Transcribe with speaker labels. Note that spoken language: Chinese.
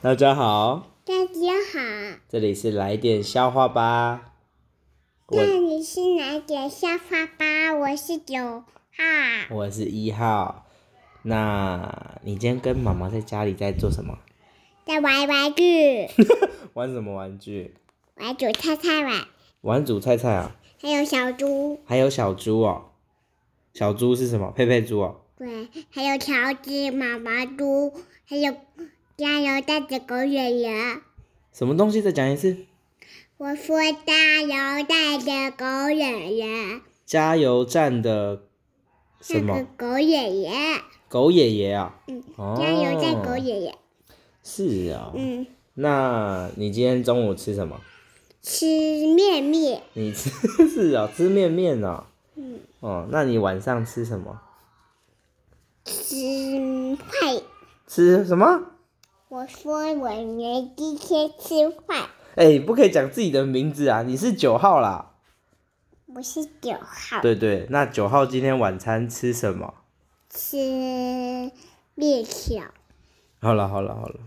Speaker 1: 大家好，
Speaker 2: 大家好，
Speaker 1: 这里是来点笑话吧。我
Speaker 2: 那你是哪点沙发吧？我是九号，
Speaker 1: 我是一号。那你今天跟妈妈在家里在做什么？
Speaker 2: 在玩玩具，
Speaker 1: 玩什么玩具？
Speaker 2: 玩韭菜菜碗，
Speaker 1: 玩煮菜菜啊？
Speaker 2: 还有小猪，
Speaker 1: 还有小猪哦。小猪是什么？佩佩猪哦。
Speaker 2: 对，还有乔治、毛毛猪，还有加油大嘴狗演员。
Speaker 1: 什么东西？再讲一次。
Speaker 2: 我说加油大嘴狗演员，
Speaker 1: 加油站的什
Speaker 2: 那个
Speaker 1: 么？
Speaker 2: 狗演员，
Speaker 1: 狗爷爷啊。
Speaker 2: 嗯，
Speaker 1: 哦
Speaker 2: 加油大狗演员，
Speaker 1: 是啊、哦。
Speaker 2: 嗯，
Speaker 1: 那你今天中午吃什么？
Speaker 2: 吃面面，
Speaker 1: 你 吃是啊、哦，吃面面哦。
Speaker 2: 嗯，
Speaker 1: 哦，那你晚上吃什么？
Speaker 2: 吃快。
Speaker 1: 吃什么？
Speaker 2: 我说我们今天吃饭，
Speaker 1: 哎、不可以讲自己的名字啊！你是九号啦。
Speaker 2: 我是九号，
Speaker 1: 对对，那九号今天晚餐吃什么？
Speaker 2: 吃面条。
Speaker 1: 好了好了好了，